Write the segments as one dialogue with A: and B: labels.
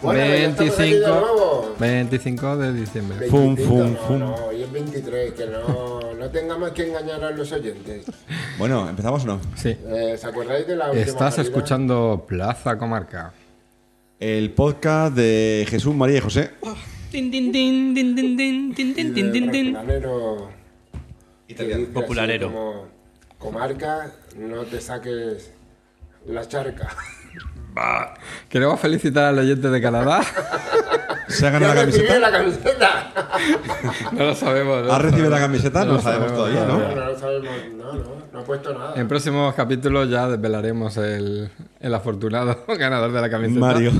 A: Bueno, ya estamos aquí de
B: 25,
A: nuevo.
B: 25 de diciembre.
C: Fum,
A: 25,
C: fum,
A: no,
C: fum.
A: No, hoy es 23, que no, no tengamos que engañar a los oyentes.
C: Bueno, ¿empezamos o no?
B: Sí.
A: Eh, ¿Os acordáis de la última
B: Estás
A: salida?
B: escuchando Plaza Comarca.
C: El podcast de Jesús, María y José.
D: Tin, tin, tin, tin, tin, tin, tin,
A: Y
D: tin,
A: del
D: tin, tin, tin.
A: Popularero. que dice
D: Popularero.
A: así como, comarca, no te saques la charca.
B: Queremos felicitar al oyente de Canadá.
C: ¿Se ha
A: ¡Ya
C: ganado la
A: recibí
C: camiseta?
A: la camiseta!
B: No lo sabemos. no
C: ¿Ha
B: lo
C: recibido la
B: sabemos.
C: camiseta? No lo sabemos todavía,
A: No,
C: ¿no? Em-
A: no lo sabemos. No, no, no ha puesto nada.
B: En próximos capítulos ya desvelaremos el, el afortunado ganador de la camiseta.
C: Mario.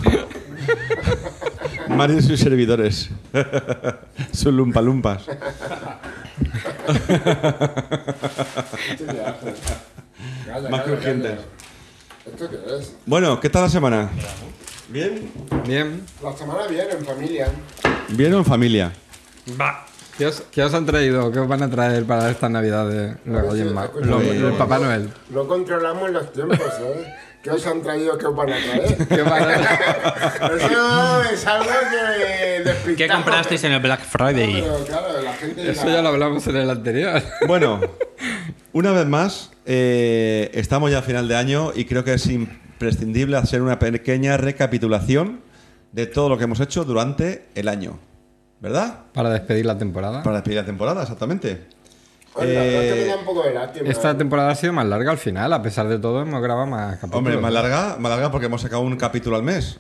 C: Mario y sus servidores. sus lumpalumpas.
A: ¿Esto pues. qué hace? Calla,
C: Más
A: calla,
C: crujientes.
A: calla. ¿Esto qué es?
C: Bueno, ¿qué tal la semana? ¿Bien?
B: Bien.
A: La semana viene en familia.
C: ¿Bien o en familia?
B: ¿Qué os, qué os han traído? ¿Qué os van a traer para estas navidades? Los
A: Pues,
B: Reyes
A: eh,
B: Magos.
A: escucha,
B: Los-
C: eh,
B: el Papá Noel.
A: No controlamos los tiempos, ¿eh? ¿Qué os han traído? ¿Qué os van a traer?
B: ¿Qué van a-
A: Eso es algo que despistamos.
D: ¿Qué comprasteis en el Black Friday?
A: Pero claro, la gente
B: Eso
A: dirá,
B: ya lo hablamos en el anterior.
C: Bueno, una vez más, eh, estamos ya a final de año y creo que es imprescindible hacer una pequeña recapitulación de todo lo que hemos hecho durante el año. ¿Verdad?
B: Para despedir la temporada.
C: Para despedir la temporada, exactamente.
A: "Hola, ¿no te
C: Eh,
A: me da un poco de lástima.
B: Esta temporada ha sido más larga al final, a pesar de todo hemos grabado más capítulos.
C: Hombre, más larga, más larga porque hemos sacado un capítulo al mes.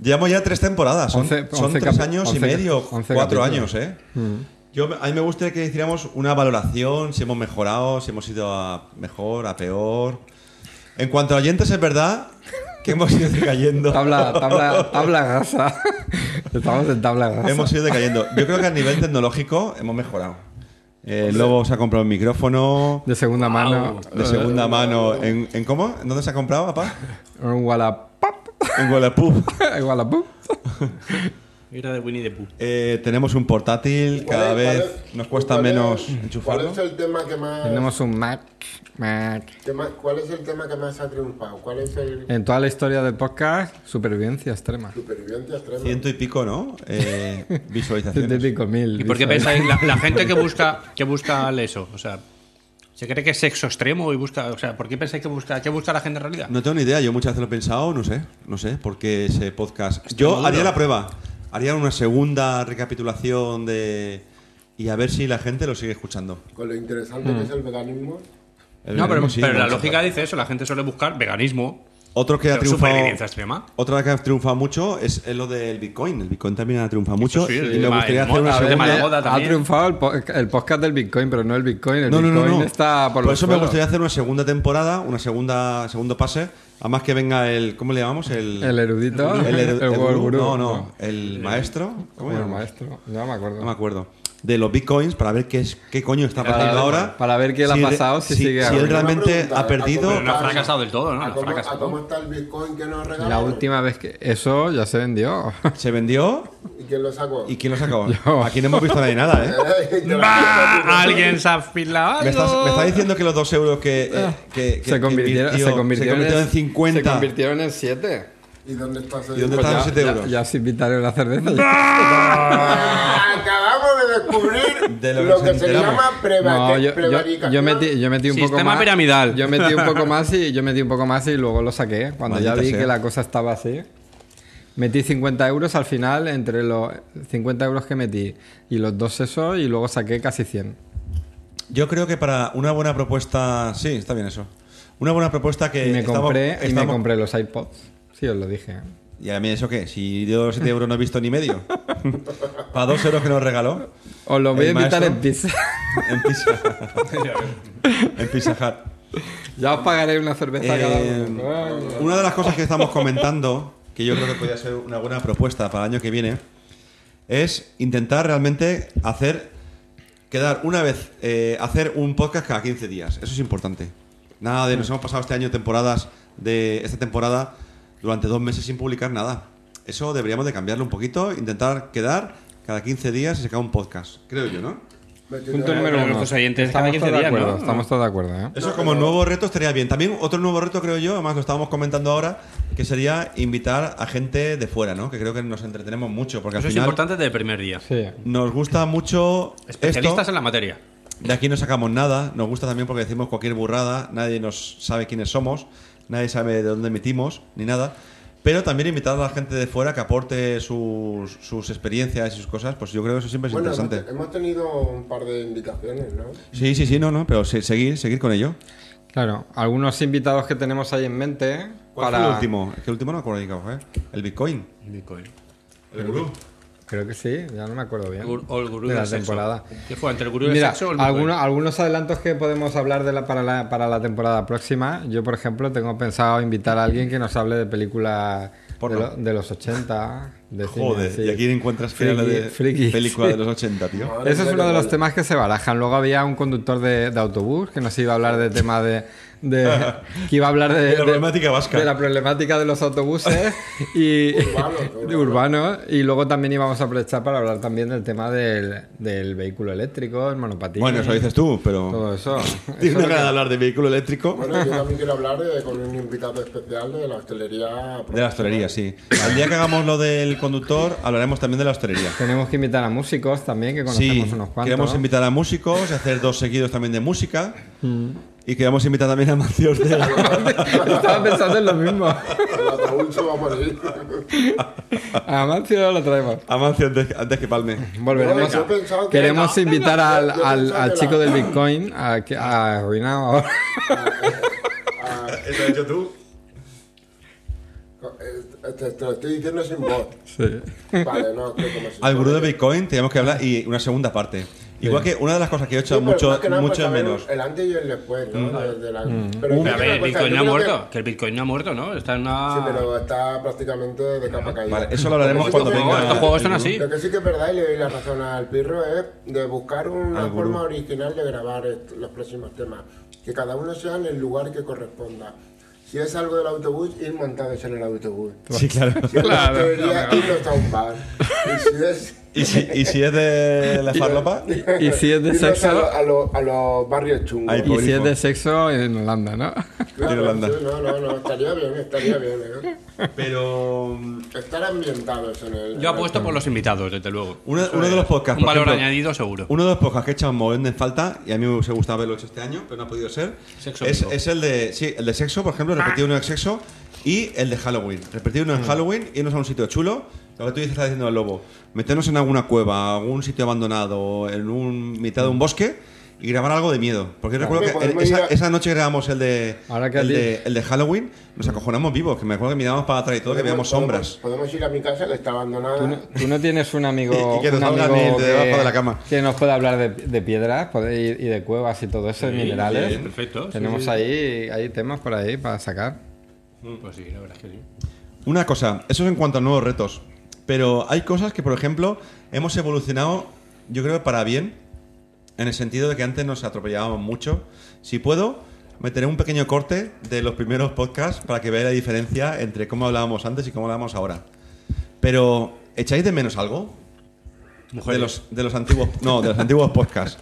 C: Llevamos ya tres temporadas, son,
B: Once-
C: son
B: once
C: tres
B: capi-
C: años y
B: once cap-
C: medio,
B: once
C: cuatro
B: capítulos. Mm.
C: años, ¿eh? Yo, a mí me gustaría que hiciéramos una valoración, si hemos mejorado, si hemos ido a mejor, a peor. En cuanto a oyentes, es verdad que hemos ido decayendo.
B: Tabla, tabla, tabla gasa. Estamos en tabla gasa.
C: Hemos ido decayendo. Yo creo que a nivel tecnológico hemos mejorado. Eh, Lobo se ha comprado un micrófono
B: De segunda mano.
C: de segunda mano. ¿En, en cómo? ¿En dónde se ha comprado, papá?
B: Un Wallapop.
C: En Wallapop.
B: Un Wallapop.
D: Era de Winnie the Pooh.
C: Eh, tenemos un portátil, cada
A: ¿Cuál es-
C: vez
A: cuál es-
C: nos cuesta
A: cuál es-
C: menos
A: ¿Cuál
C: enchufarlo.
A: es el tema que más,
B: Tenemos un Mac. Mac.
A: que más- ¿Cuál es el tema que más ha triunfado? ¿Cuál es
C: Eh,
A: el
B: En toda la historia del podcast, supervivencia extrema.
A: superviviente extremo?
C: Ciento y pico, ¿no? Eh,
B: Ciento y
C: visualizaciones.
B: pico mil.
D: ¿Y por qué
B: visuales.
D: pensáis la, la gente que busca que busca el eso? O sea, ¿se cree que es sexo extremo y busca, o sea, por qué pensáis que busca qué busca la gente en realidad?
C: No tengo ni idea, yo muchas veces lo he pensado, no sé, no sé, porque ese podcast. Yo
D: maduro.
C: haría la prueba, haría una segunda recapitulación de. y a ver si la gente lo sigue escuchando.
A: Con lo interesante
C: Mm.
A: que es el veganismo.
C: El
D: No, pero,
C: veganismo sí,
D: pero la
C: vamos a
D: lógica
C: hacer.
D: dice eso, la gente suele buscar veganismo,
C: Otro que ha
D: pero
C: triunfado.
D: supervivencia extrema.
C: Otra que ha triunfado mucho es es lo del Bitcoin. El Bitcoin también ha triunfado mucho.
D: sí, el
C: y me
D: tema
C: gustaría
D: del
C: hacer
D: mono,
C: una
D: a ver,
C: segunda.
D: tema de moda
B: Ha
D: también.
B: triunfado el, po- el podcast del Bitcoin, pero no el Bitcoin. El
C: No, no,
B: Bitcoin
C: no, no.
B: está por,
C: Por,
B: los
C: eso me
B: suelos.
C: gustaría hacer una segunda temporada, una segunda segundo pase. Además que venga el ¿cómo le llamamos? El
B: El erudito,
C: el,
B: el,
C: el- el
B: world guru.
C: gurú. No, no, el maestro. ¿Cómo
B: Bueno,
C: llamamos?
B: maestro, no me acuerdo.
C: No me acuerdo. De los bitcoins para ver qué es qué coño está pasando ahora.
B: para ver qué le ha pasado, si sigue
C: él
B: ahora.
A: Una
C: realmente
A: pregunta,
C: ha perdido.
A: ¿a
D: Pero no ha
A: Claro.
D: fracasado del todo, ¿no?
A: ¿A
D: Ah, No ha
A: cómo, a
D: fracasado.
A: cómo está el Bitcoin que nos regalaron?
B: La última vez que eso ya se vendió.
C: Se vendió
A: ¿Y quién lo sacó?
C: y quién lo sacó.
B: Yo.
C: Aquí no hemos visto nadie nada, ¿eh?
D: ¡Bah! Alguien se ha afilado.
C: Me estás, me estás diciendo que los dos euros que, eh, que- que-
B: Ah. se,
C: que
B: convirtieron,
C: invirtió-
B: se, convirtieron
C: convirtieron en 50.
B: Se convirtieron en 7.
A: ¿Y dónde está ese
C: ¿Y dónde
A: Bitcoin?
C: está? Estaban
B: ya,
C: siete
B: ya-
C: euros.
B: ya os invitaré una cerveza. Ya.
A: Acabamos de descubrir
C: De lo
A: lo,
C: que
A: que,
C: nos
A: se
C: enteramos.
A: llama preva-
B: No, yo, yo,
A: prevaricación.
B: yo metí, yo metí un poco
D: Sistema
B: más.
D: piramidal.
B: Yo metí un poco más y yo metí un poco más y luego lo saqué. Cuando ya
C: Maldita
B: vi
C: sea.
B: que la cosa estaba así. Metí 50 euros al final entre los 50 euros que metí y los dos esos y luego saqué casi 100.
C: Yo creo que para una buena propuesta. Sí, está bien eso. Una buena propuesta que.
B: Y me
C: Eh, estamos-
B: compré y me
C: estamos-
B: compré los iPods. Sí, os lo dije.
C: ¿Y a mí eso qué? Si yo 7 euros no he visto ni medio. para 2 euros que nos regaló.
B: Os los voy a
C: ¿El
B: invitar
C: Eh, maestro?
B: en pizza.
C: En Pizza, en Pizza Hut.
B: ya os pagaré una cerveza cada
C: Eh,
B: uno.
C: una de las cosas que estamos comentando, que yo creo que podría ser una buena propuesta para el año que viene, es intentar realmente hacer. Quedar una vez. eh, hacer un podcast cada 15 días. Eso es importante. Nada de. Nos hemos pasado este año temporadas. De esta temporada. Durante dos meses sin publicar nada. Eso deberíamos de cambiarlo un poquito. Intentar quedar cada 15 días y sacar un podcast. Creo yo, ¿no?
B: Punto número
D: pero
B: uno.
D: nuestros oyentes
B: estamos
D: cada 15
B: todos de
D: días,
B: acuerdo,
D: ¿no?
B: Estamos todos de acuerdo, ¿eh?
C: Eso como nuevo reto estaría bien. También otro nuevo reto, creo yo, además lo estábamos comentando ahora, que sería invitar a gente de fuera, ¿no? Que creo que nos entretenemos mucho, porque al
D: Eso es
C: final
D: importante desde el primer día.
B: Sí.
C: nos gusta mucho
D: Especialistas
C: esto.
D: en la materia.
C: De aquí no sacamos nada, nos gusta también porque decimos cualquier burrada, nadie nos sabe quiénes somos, nadie sabe de dónde emitimos, ni nada. Pero también invitar a la gente de fuera que aporte sus, sus experiencias y sus cosas, pues yo creo que eso siempre es
A: Bueno,
C: interesante.
A: hemos tenido un par de invitaciones, ¿no?
C: Sí, sí, sí, no, no, pero se- seguir, seguir con ello.
B: Claro, algunos invitados que tenemos ahí en mente
C: ¿Cuál
B: para
C: fue el último? Es que el último no me acuerdo, digo, ¿eh? El Bitcoin.
D: Bitcoin.
C: El gurú.
B: Creo que sí, ya no me acuerdo bien.
D: Gur- O el gurú
B: de
D: del
B: la
D: sexo.
B: temporada.
D: ¿Qué fue? ¿Entre el gurú del
B: Mira,
D: sexo o el Bitcoin?
B: algunos, algunos adelantos que podemos hablar de la, para, la, para la temporada próxima. Yo, por ejemplo, tengo pensado invitar a alguien que nos hable de películas de,
C: Porno.
B: lo- de los 80. De cine,
C: Joder,
B: sí.
C: y aquí encuentras que era la
B: Friki,
C: de
B: friki,
C: película
B: sí.
C: de los 80, tío.
B: Eso
A: Madre
B: es
A: mía,
B: uno
A: qué
B: de los
A: rollo.
B: temas que se barajan. Luego había un conductor de, de autobús que nos iba a hablar de temas de, de- que iba a hablar de,
C: la problemática vasca.
B: de la problemática de los autobuses y
A: Urbanos,
B: de
A: urbanos.
B: urbanos. Y luego también íbamos a aprovechar para hablar también del tema del, del vehículo eléctrico, el monopatín.
C: Bueno, eso lo dices tú, pero...
B: Todo eso.
C: Tienes
B: Eso
C: una
B: es lo
C: gana de hablar de vehículo eléctrico.
A: Bueno, yo también quiero hablar de- con un invitado especial de la hostelería.
C: De la hostelería, sí. Al día que hagamos lo del conductor, hablaremos también de la hostelería.
B: que tenemos que invitar a músicos también, que
C: Sí,
B: conocemos unos cuantos.
C: queremos invitar a músicos, hacer dos seguidos también de música.
B: Mm.
C: Y queremos invitar también a Mancio Ortega.
B: Estaba pensando en lo mismo.
A: El ataúd se va a morir.
B: A Mancio lo traemos.
C: A Mancio antes, antes que Palme.
B: Volveremos.
A: Yo he pensado que-
B: Queremos
A: no,
B: invitar
A: venga,
B: al,
A: yo- yo he
B: al,
A: pensado
B: al
A: que
B: chico
A: la-
B: del Bitcoin a, que- a arruinar ahora.
C: ¿Eso has hecho tú?
A: Eh, Te, te lo estoy diciendo sin voz.
B: Sí.
A: Vale, no, creo que no sé.
C: Al gurú de Bitcoin teníamos que hablar y una segunda parte. Igual que una de las cosas que yo
A: Sí,
C: he hecho
A: pero
C: mucho,
A: más que nada, pues,
C: mucho
A: saber
C: menos. Mm.
A: El antes y el después, ¿no? De- de la- Pero
D: Pero
A: fíjate
D: a ver,
A: una
D: el
A: cosa,
D: Bitcoin
A: yo
D: no ha
A: creo
D: muerto.
A: que-
D: Que... el Bitcoin no ha muerto, ¿no? Está en una.
A: Sí, pero está prácticamente de capa caída.
C: Vale, eso lo hablaremos cuando
D: No,
C: venga.
D: estos juegos son
C: el
D: así.
A: Lo que sí que es verdad, y le doy la razón al Pirro, es de buscar una
C: Al gurú.
A: forma original de grabar est- los próximos temas. Que cada uno sea en el lugar que corresponda. Si es algo del autobús, ir montados en el autobús.
C: gurú. Sí, claro.
A: Si es
B: Claro,
A: la teoría, irnos a un bar. Y si es...
C: ¿Y si, y si es de la farlopa?
B: Y si es de
A: irnos a,
B: sexo.
A: lo- a lo- a los barrios chungos.
C: Ahí
B: Y si es de sexo en Holanda, ¿no?
A: Claro,
C: en Holanda.
A: sí, no, no, no, estaría bien, estaría bien. ¿eh?
C: Pero.
A: Estar ambientados en el...
D: Yo apuesto por los invitados, desde luego.
C: Uno,
D: Eso
C: uno de
D: es.
C: los podcasts.
D: Un
C: por
D: valor
C: ejemplo,
D: añadido seguro.
C: Uno de los podcasts que he echado un montón en falta, y a mí me hubiese gustado haberlo hecho este año, pero no ha podido ser,
D: Sexo
C: es,
D: vivo.
C: es el, de, sí, el de sexo, por ejemplo, repetir uno de sexo, y el de Halloween. Repetir uno en Halloween, irnos a un sitio chulo, lo que tú dices está diciendo el lobo, meternos en alguna cueva, algún sitio abandonado, en un mitad de un bosque, y grabar algo de miedo. Porque yo recuerdo
A: Hombre,
C: que en-
A: podemos ir
C: esa,
A: a-
C: esa noche que grabamos el de,
B: Ahora que has
C: el, de, el de Halloween, nos acojonamos vivos, que me acuerdo que mirábamos para atrás y todo, que veíamos sombras.
A: Podemos ir a mi casa que está abandonada.
B: Tú no, tú no tienes un amigo,
C: Y que nos
B: un
C: hablan
B: amigo
C: de- de
B: que-
C: debajo de la cama.
B: que nos pueda hablar de, de piedras puede ir- y de cuevas y todo eso, de
D: Sí,
B: minerales.
D: bien, perfecto, sí,
B: Tenemos
D: sí.
B: ahí hay temas por ahí para sacar.
D: Pues sí, la verdad es que sí.
C: Una cosa, eso es en cuanto a nuevos retos. Pero hay cosas que, por ejemplo, hemos evolucionado, yo creo, para bien. En el sentido de que antes nos atropellábamos mucho. Si puedo, meteré un pequeño corte de los primeros podcasts para que veáis la diferencia entre cómo hablábamos antes y cómo hablamos ahora. Pero, ¿echáis de menos algo? De
D: Mujeres.
C: los, de los antiguos. No, de los antiguos podcasts.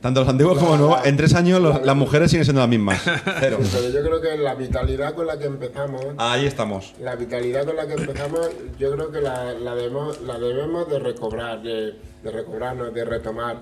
C: Tanto los antiguos como nuevos. En tres años los- las mujeres siguen siendo las mismas. Cero.
A: Sí, pero yo creo que la vitalidad con la que empezamos,
C: Ahí estamos.
A: la vitalidad con la que empezamos, yo creo que la, la debemos, la debemos de recobrar, de, de recobrarnos, de retomar.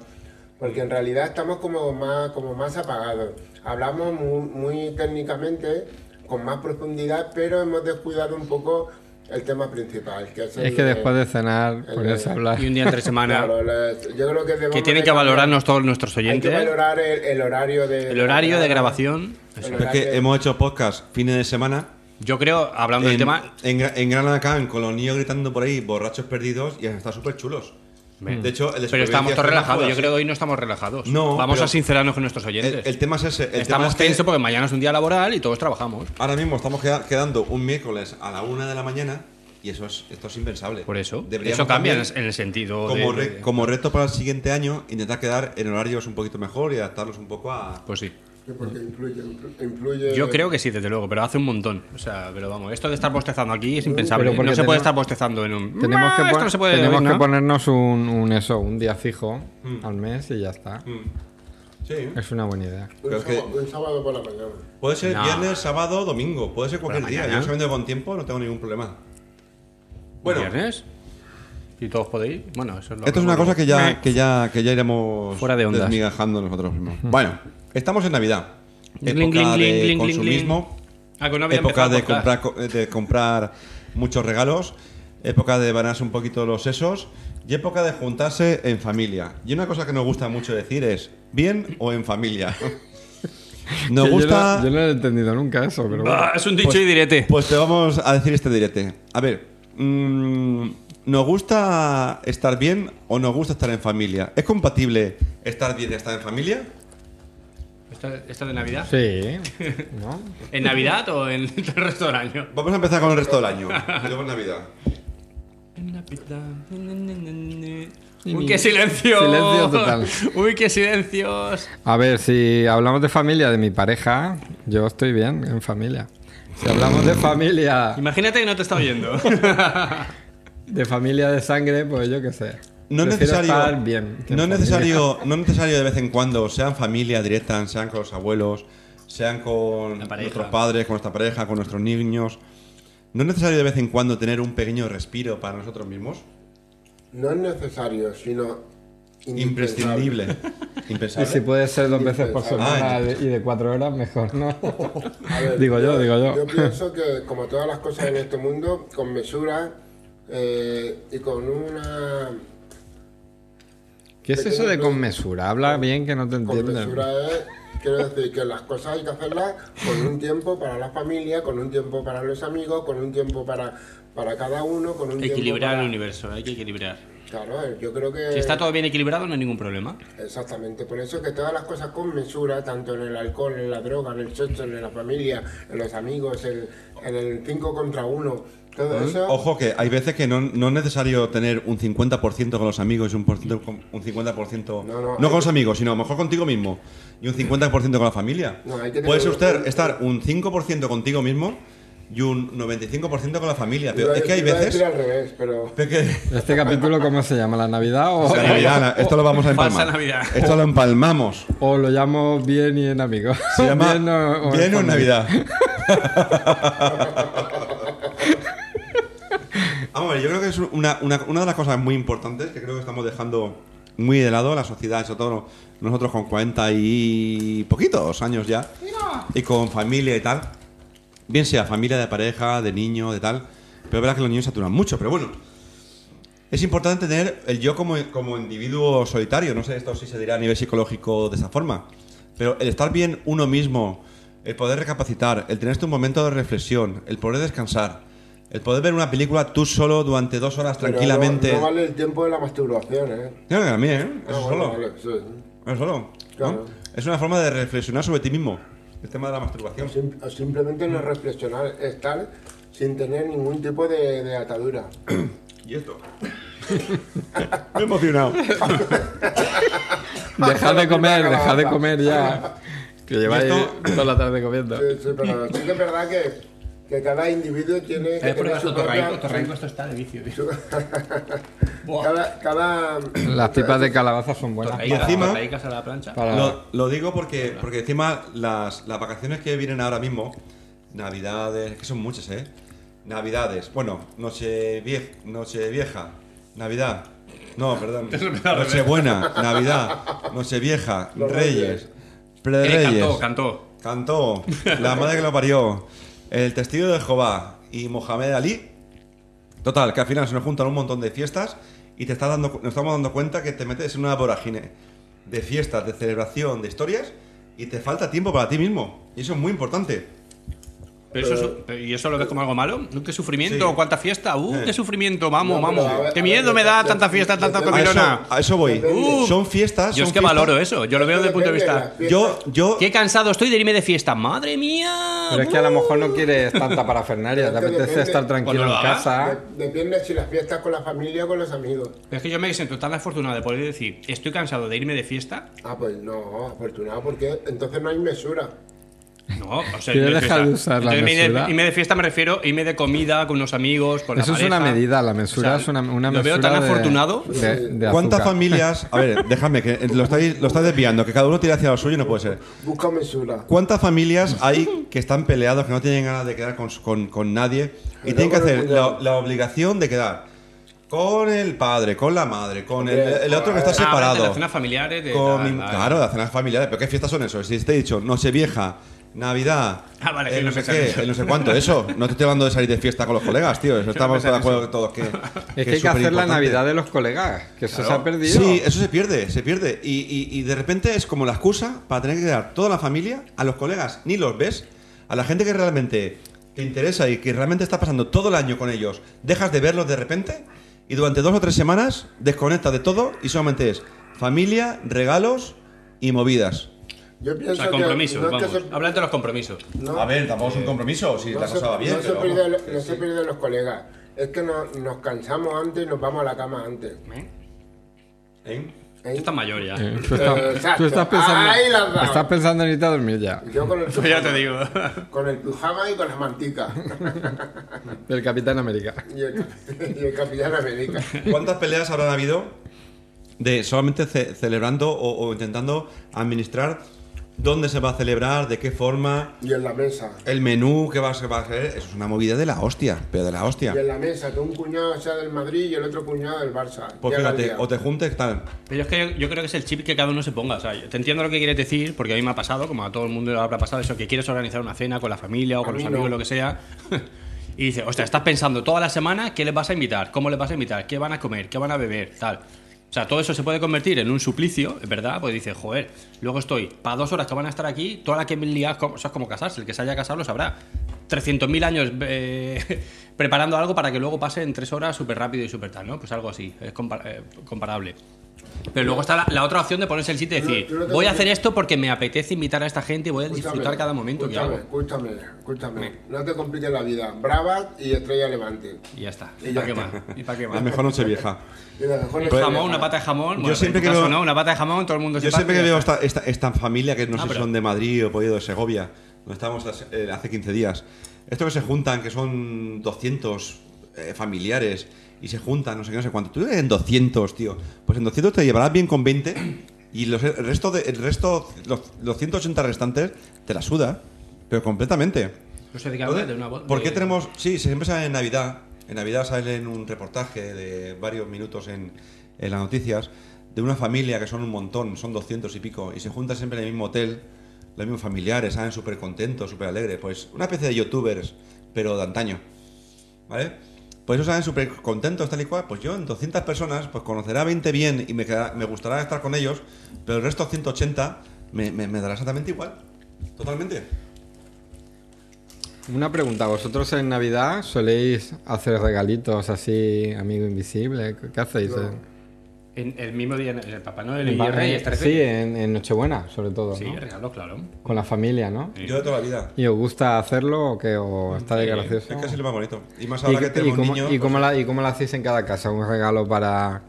A: Porque en realidad estamos como más, como más apagados. Hablamos mu- muy, técnicamente, con más profundidad, pero hemos descuidado un poco el tema principal. Que es,
B: es que después de cenar,
A: el
B: ponerse a
A: de-
C: Ah.
B: hablar.
D: Y un día entre semana.
A: Claro, la- yo creo que debemos de
D: que tienen que
A: cambiar-
D: valorarnos todos nuestros
A: Hay que
D: oyentes.
A: valorar el, el horario de...
D: ¿eh? El horario
A: la-
D: de grabación.
A: el
C: Pero es
A: horario-
C: que hemos hecho podcast fines de semana.
D: Yo creo, hablando del
C: en,
D: tema,
C: en, Gra- en Granada Can, con los niños gritando por ahí, borrachos perdidos, y están súper chulos. De hecho, el de
D: Mm. pero estamos
C: supervivencia
D: todos
C: fue una
D: relajados.
C: joda,
D: Yo
C: sí.
D: creo que hoy no estamos relajados.
C: No,
D: Vamos
C: pero-
D: a sincerarnos con nuestros oyentes.
C: El, el tema es ese. el tema es
D: Estamos
C: que
D: tensos porque mañana es un día laboral y todos trabajamos.
C: Ahora mismo estamos queda- quedando un miércoles a la una de la mañana, y eso es, esto es impensable.
D: Por eso.
C: Deberíamos
D: eso cambia en
C: también,
D: el- en el sentido de-
C: Como,
D: de-
C: re- como reto para el siguiente año, intentar quedar en horarios un poquito mejor y adaptarlos un poco a,
D: Pues sí.
A: que Porque influye, influye.
D: Yo creo que sí, desde luego, pero hace un montón. O sea, pero vamos, esto de estar bostezando aquí es impensable.
B: Pero
D: No
B: porque
D: se puede
B: tenemos-
D: estar bostezando en un.
B: Tenemos, que,
D: "Ah, esto
B: pon-
D: no se puede
B: tenemos
D: oír", ¿no?
B: que ponernos un, un eso, un día fijo al mes y ya está.
C: Sí.
B: Es una buena idea.
A: Un,
C: Pero es que-
A: sábado, un sábado por la mañana.
C: Puede ser
D: No.
C: viernes, sábado, domingo. Puede ser cualquier
D: la
C: día.
D: mañana.
C: Yo sabiendo de buen tiempo no tengo ningún problema. Bueno,
D: Bueno. ¿Viernes? ¿Y todos podéis? Bueno, eso es lo
C: esto es una
D: recuerdo.
C: cosa que
D: Eh.
C: ya, que ya, que ya iremos
D: Fuera de ondas.
C: desmigajando nosotros mismos. Bueno, estamos en Navidad.
D: Gling,
C: época
D: gling, gling,
C: de
D: gling, gling,
C: consumismo.
D: gling. Ah, que no había
C: época
D: empezado
C: de
D: el podcast.
C: comprar, co- de comprar muchos regalos, época de banarse un poquito los sesos y época de juntarse en familia. Y una cosa que nos gusta mucho decir es, ¿bien o en familia? Nos
B: Que yo
C: gusta...
B: no- Yo no, he entendido nunca eso, pero bueno.
D: Ah, es un dicho y direte.
C: Pues te vamos a decir este direte. A ver, mm, ¿nos gusta estar bien o nos gusta estar en familia? ¿Es compatible estar bien y estar en familia?
D: ¿Esta, esta de Navidad?
B: Sí, ¿no?
D: ¿En Navidad o en el resto del año?
C: Vamos a empezar con el resto del año. y luego Navidad.
D: Uy, qué silencio.
B: Silencio total.
D: Uy, qué silencios.
B: A ver, si hablamos de familia, de mi pareja, yo estoy bien en familia. Si hablamos de familia,
D: Imagínate que no te está oyendo.
B: de familia de sangre, pues yo qué sé.
C: No es
B: Prefiero
C: necesario,
B: estar bien. que en
C: no, es
B: familia.
C: necesario, no es necesario de vez en cuando, sean familia directa, sean con los abuelos, sean con
D: La pareja.
C: nuestros padres, con nuestra pareja, con nuestros niños. ¿No es necesario de vez en cuando tener un pequeño respiro para nosotros mismos?
A: No es necesario, sino.
C: Imprescindible.
B: Y
C: Impensable.
B: si puede ser dos veces por
A: Impensable.
B: semana de- y de cuatro horas, mejor, ¿no?
A: A ver,
B: digo yo, digo yo.
A: Yo pienso que, como todas las cosas en este mundo, con mesura eh, y con una.
B: ¿Qué es eso de con mesura? Habla bien que no te
A: Con
B: entienden.
A: mesura es. Quiero decir que las cosas hay que hacerlas con un tiempo para la familia, con un tiempo para los amigos, con un tiempo para, para cada uno, con un tiempo
D: equilibrar el
A: para-
D: universo, hay que equilibrar.
A: Claro, yo creo que.
D: Si está todo bien equilibrado, no hay ningún problema.
A: Exactamente, por eso que todas las cosas con mesura, tanto en el alcohol, en la droga, en el sexo, en la familia, en los amigos, en, en el 5 contra 1, todo eso.
C: Mm, Ojo que hay veces que no, no es necesario tener un 50% con los amigos y un, por ciento con- un 50%...
A: No,
C: No,
A: no, hay
C: con los
A: que-
C: amigos, sino a lo mejor contigo mismo. Y un 50% con la familia.
A: No, hay que tener
C: Puede ser
A: un-
C: usted estar un 5% contigo mismo y un 95% con la familia. Pero
A: Iba a-
C: es que hay
A: iba a decir
C: veces...
A: al revés, pero.
C: es que-
B: ¿Este capítulo cómo se llama? ¿La Navidad o,
C: La Navidad, la- esto lo vamos a empalmar.
D: Falsa Navidad.
C: Esto lo empalmamos.
B: o lo llamo bien y en amigos?
C: Se llama
B: Bien o- o en
C: Bien o en
B: familia.
C: Navidad. Vamos a ver, yo creo que es una, una- una de las cosas muy importantes que creo que estamos dejando muy de lado la sociedad, sobre todo nosotros con 40 y poquitos años ya, y con familia y tal. Bien sea familia de pareja, de niño, de tal, pero es verdad que los niños saturan mucho, pero bueno. Es importante tener el yo como, como individuo solitario, no sé esto si se dirá a nivel psicológico de esa forma, pero el estar bien uno mismo, el poder recapacitar, el tener este un momento de reflexión, el poder descansar, el poder ver una película tú solo durante dos horas
A: pero
C: tranquilamente.
A: no, no vale el tiempo de la masturbación, ¿eh?
C: Claro que a mí, ¿eh?
A: Ah,
C: Eso
A: bueno,
C: solo.
A: vale, sí.
C: Eso solo. ¿no?
A: Claro.
C: Es una forma de reflexionar sobre ti mismo, el tema de la masturbación.
A: Sim- o simplemente no reflexionar, estar sin tener ningún tipo de, de atadura.
C: ¿Y esto? Me he emocionado.
B: Dejad de comer, dejad de comer ya. Que lleváis toda la tarde comiendo.
A: Sí, sí, pero sí que es verdad que, que cada individuo
D: Eh,
A: tiene que tener su propia-
D: esto está de vicio.
A: cada, cada-
B: Las pipas de calabaza son buenas.
D: Pues
C: Y encima-
D: a la plancha.
B: Para-
C: Lo, lo digo porque, porque encima las, las vacaciones que vienen ahora mismo, Navidades, que son muchas, ¿eh? Navidades, bueno, Noche, vie- noche Vieja, Navidad, no, perdón, Nochebuena, Navidad, Noche Vieja,
A: Los
C: Reyes,
A: Reyes.
D: Eh,
C: Pre-Reyes,
D: cantó,
C: cantó,
D: cantó.
C: la madre que lo parió, el testigo de Jehová y Mohamed Ali. Total, que al final se nos juntan un montón de fiestas y te está dando, nos estamos dando cuenta que te metes en una vorágine de fiestas, de celebración, de historias y te falta tiempo para ti mismo. Y eso es muy importante.
D: Pero eso, es- pero- ¿Y eso lo ves como algo malo? ¿Qué sufrimiento?
C: Sí.
D: ¿Cuánta fiesta? ¡Uh, qué sufrimiento! ¡Vamos,
A: No, pero
D: vamos!
A: a ver,
D: ¡Qué
A: a
D: miedo
A: ver,
D: me da
A: yo-
D: tanta
A: yo-
D: fiesta,
A: yo-
D: tanta
A: yo-
C: A eso,
D: comilona!
C: a eso voy.
A: Uh.
C: son fiestas.
D: Yo es
C: son
D: que
C: fiestas.
D: valoro eso, yo lo veo desde el punto de vista.
C: Yo, yo.
D: ¡Qué cansado estoy de irme de fiesta! ¡Madre mía! ¡Uh!
B: Pero es que a lo mejor no quieres tanta parafernalia, te
A: Pero es que
B: apetece
A: depende-
B: estar tranquilo
D: Cuando lo
B: en
D: hagas,
B: casa.
A: De- Depende si las fiestas con la familia o con los amigos.
D: Pero es que yo me siento tan afortunado de poder decir, estoy cansado de irme de fiesta.
A: Ah, pues no, afortunado, porque entonces no hay mesura.
D: No, o sea,
B: Quiero
D: irme
B: dejar de
D: fiesta.
B: usar la
D: Entonces, me iré-
B: mesura.
D: irme de fiesta me refiero a irme de comida con los amigos, con la
B: Eso es una
D: pareja.
B: medida, la mesura
D: O sea,
B: es una, una
D: Lo
B: mesura.
D: veo tan
B: de-
D: afortunado.
B: de- de
C: ¿Cuántas
B: azúcar.
C: familias.? A ver, déjame, que eh, lo estáis, lo estáis desviando, que cada uno tira hacia lo suyo y no puede ser.
A: Busca mesura.
C: ¿Cuántas familias hay que están peleados, que no tienen ganas de quedar con, su- con- con nadie y
A: Pero
C: tienen que
A: con el
C: hacer la,
A: cuñado.
C: la obligación de quedar con el padre, con la madre, con el,
A: Hombre,
C: el otro que está
A: joder.
D: Ah, de
C: separado?
D: las cenas familiares. De,
C: con
D: ah,
C: mi-
D: vale.
C: claro, las cenas familiares, pero ¿qué fiestas son eso? Si te he dicho Nochevieja, Navidad,
D: Ah, vale,
C: el
D: que
C: no
D: no
C: sé
D: pensaba en
C: qué,
D: eso.
C: el no sé cuánto, eso. No te estoy hablando de salir de fiesta con los colegas, tío. Eso estamos
D: pensaba
C: de
D: en
C: acuerdo todos que.
B: Es que hay que hacer la
C: superimportante.
B: Navidad de los colegas, que eso se ha perdido.
C: Sí, eso se pierde, se pierde. Y, y- y de repente es como la excusa para tener que dar toda la familia, a los colegas, ni los ves, a la gente que realmente te interesa y que realmente está pasando todo el año con ellos, dejas de verlos de repente y durante dos o tres semanas desconectas de todo y solamente es familia, regalos y movidas.
A: Yo
D: O
A: pienso
D: sea,
A: que
D: compromisos,
A: no es que
D: vamos.
A: se-
D: Hablando de los compromisos.
A: no-
C: tampoco es un compromiso si
A: no se- no se pierde lo- no se pierde los colegas. Es que no- nos cansamos antes y nos vamos a la cama antes.
D: ¿eh?
C: ¿Eh?
A: ¿eh?
D: Tú estás mayor ya.
B: Eh, Tú estás,
A: Exacto.
B: tú estás pensando,
A: Ahí la has dado.
B: estás pensando en irte a dormir ya.
A: Yo con el pijama,
D: Pues Ya te digo.
A: Con el pijama y con las manticas.
B: El Capitán América.
A: y, el, y el capitán América.
C: ¿Cuántas peleas habrán habido de solamente ce- celebrando o, o intentando administrar dónde se va a celebrar, de qué forma,
A: Y en la mesa.
C: el menú que va a ser? va a ser? Eso es una movida de la hostia, pero de la hostia.
A: Y en la mesa, que un cuñado sea del Madrid y el otro cuñado del Barça.
C: Pues
A: Llega el
C: fíjate,
A: día.
C: o te juntes tal.
D: Pero es que yo, yo creo que es el chip que cada uno se ponga. O sea, yo te entiendo lo que quieres decir, porque a mí me ha pasado, como a todo el mundo le habrá pasado, eso que quieres organizar una cena con la familia o con
A: A
D: los
A: mí
D: amigos,
A: no.
D: lo que sea. Y dices, ostras, estás pensando toda la semana qué les vas a invitar, cómo les vas a invitar, qué van a comer, qué van a beber, tal. O sea, todo eso se puede convertir en un suplicio, es ¿verdad? Pues dices, joder, luego estoy para dos horas que van a estar aquí, toda la que me lías, co- eso es como casarse, el que se haya casado lo sabrá. 300.000 años eh, preparando algo para que luego pase en tres horas súper rápido y súper tal, ¿no? Pues algo así, es compa- eh, comparable. Pero luego está la, la otra opción de ponerse el sitio y
A: Tú no- Pues
D: decir,
A: tú no te
D: voy a
A: metes-
D: hacer esto porque me apetece invitar a esta gente y voy a
A: Escúchame,
D: disfrutar cada momento que
A: escúchame,
D: hago.
A: Escúchame, escúchame. pues No te compliques la vida. Bravas y Estrella Levante.
D: Y ya está.
A: Y
D: ¿Y
A: ya
D: para qué
A: está.
D: más? ¿Y para qué
C: La
D: más?
C: mejor noche vieja.
A: Y la mejor
D: Un
A: estrella.
D: jamón, Pues, una pata de jamón.
C: Pues, eh, Yo
D: bueno,
C: siempre
D: en
C: que
D: tu caso,
C: veo-
D: ¿no? Una pata de jamón, todo el mundo se
C: Yo siempre
D: parte
C: que
D: y ya
C: veo
D: está.
C: esta, esta, esta familia que no
D: Ah,
C: sé si
D: pero-
C: son de Madrid o Polledo de Segovia, donde estábamos hace- eh, hace 15 días, esto que se juntan, que son 200 eh, familiares y se juntan, no sé qué, no sé cuánto. Tú en 200, tío. Pues en 200 te llevarás bien con 20 y los, el resto, de, el resto los, los 180 restantes te la suda, pero completamente.
D: No sé de qué hablas, de Pues, una bo- eh,
C: ¿Por
D: de-
C: qué tenemos.? Sí, se empieza en Navidad. En Navidad salen un reportaje de varios minutos en, en las noticias de una familia que son un montón, son 200 y pico, y se juntan siempre en el mismo hotel, los mismos familiares, salen súper contentos, súper alegres. Pues una especie de youtubers, pero de antaño. ¿Vale? Pues eso salen súper contentos, tal y cual. Pues yo en 200 personas, pues conocerá 20 bien y me, quedará- me gustará estar con ellos, pero el resto 180 me, me- me dará exactamente igual. Totalmente.
B: Una pregunta, ¿vosotros en Navidad soléis hacer regalitos así, amigo invisible? ¿Qué- ¿Qué hacéis?
A: No.
B: eh?
D: En el mismo día, en el Papá Noel
B: En
D: y
B: pa-
D: el Reyes,
B: en-
D: 13.
B: sí, en, en Nochebuena, sobre todo,
D: Sí,
B: ¿no?
D: regalos, claro.
B: Con la familia, ¿no?
D: Sí. Pues
C: Yo de toda la vida.
B: ¿Y os gusta hacerlo o qué? ¿O está de gracioso?
C: Es casi lo más bonito. Y más
B: ¿Y,
C: ahora que
B: qué- y
C: tenemos
B: cómo,
C: niños.
B: y cómo
C: pues,
B: la, ¿Y cómo la hacéis en cada casa? Un regalo para...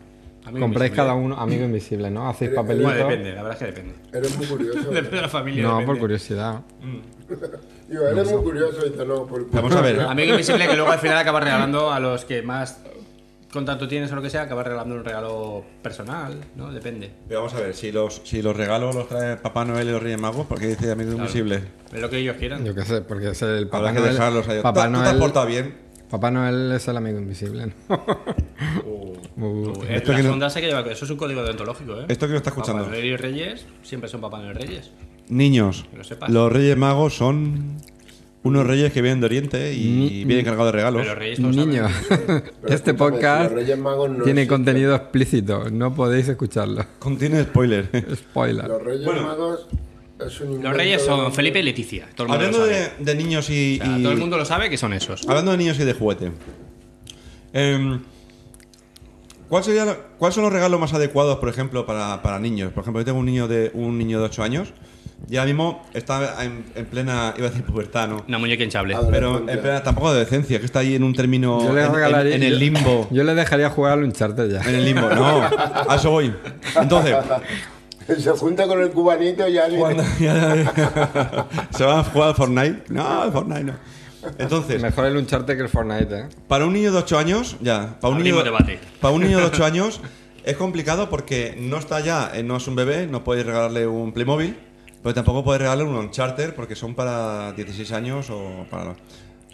D: Amigo
B: Compráis
D: invisible.
B: cada uno amigo invisible, ¿no? Hacéis
C: Eh,
A: Pero-
B: papelitos.
D: Bueno, depende, la verdad es que depende.
A: Eres muy curioso.
D: Depende de la familia.
B: No,
D: depende.
B: por curiosidad.
A: Digo, eres muy curioso. Y dice, no, por
C: pues Vamos a ver.
D: Amigo invisible que luego al final acaba regalando a los que más contacto tienes o lo que sea, acaba regalando un regalo personal, ¿no? Depende.
C: pero vamos a ver, si los, si los regalos los trae Papá Noel y los Reyes Magos, porque dice amigo invisible.
D: Es lo que ellos quieran.
B: Yo qué sé, porque es el Papá
C: Habrá que
B: Noel.
C: dejarlos ahí.
B: Papá
C: ¿Tú, tú te has
B: Noel,
C: portado bien.
B: Papá Noel es el amigo invisible, ¿no? Uh,
D: Eh,
C: Esto
D: la
C: que no-
D: sonda se que lleva, eso es un código deontológico, ¿eh?
C: Esto que lo está escuchando.
D: Papá Noel y Reyes siempre son Papá Noel y Reyes.
C: Niños,
D: Que lo sepas.
C: los Reyes Magos son unos reyes que vienen de Oriente y vienen cargados de regalos.
D: Pero los Reyes no lo saben.
B: Niño, este
A: escúchame, si
B: podcast
A: los Reyes Magos no
B: tiene
A: existen.
B: contenido explícito, no podéis escucharlo.
C: Contiene spoiler.
B: Spoiler.
A: Los Reyes
C: Bueno.
A: Magos es un
D: Los reyes
A: invento-
D: son Felipe y Leticia. Todo el mundo
C: Hablando
D: lo sabe.
C: de, de niños y,
D: O sea,
C: y- Ah.
D: Todo el mundo lo sabe que son esos.
C: Hablando de niños y de juguete. Em, ¿cuál sería lo- ¿Cuáles son los regalos más adecuados, por ejemplo, para, para niños? Por ejemplo, yo tengo un niño de un niño de 8 años y ahora mismo está en, en plena, iba a decir pubertad, ¿no?
D: Una muñeca hinchable.
A: Adolescencia.
C: Pero en plena, tampoco de decencia, que está ahí en un término,
B: Yo le
C: en- en-
B: regalaría-
C: en, el limbo.
B: Yo le dejaría jugar al Uncharted ya.
C: En el limbo, no, a eso voy. Entonces,
A: Se junta con el cubanito y ya ni-
C: cuando se van a jugar al Fortnite, no, al Fortnite no. Entonces,
B: Mejor el Uncharted que el Fortnite, ¿eh?
C: Para un niño de 8 años, ya. Para un,
D: Abrimos
C: niño,
D: debate.
C: para un niño de 8 años es complicado porque no está ya, eh, no es un bebé, no podéis regalarle un Playmobil, pero tampoco podéis regalarle un Uncharted porque son para 16 años o para... no.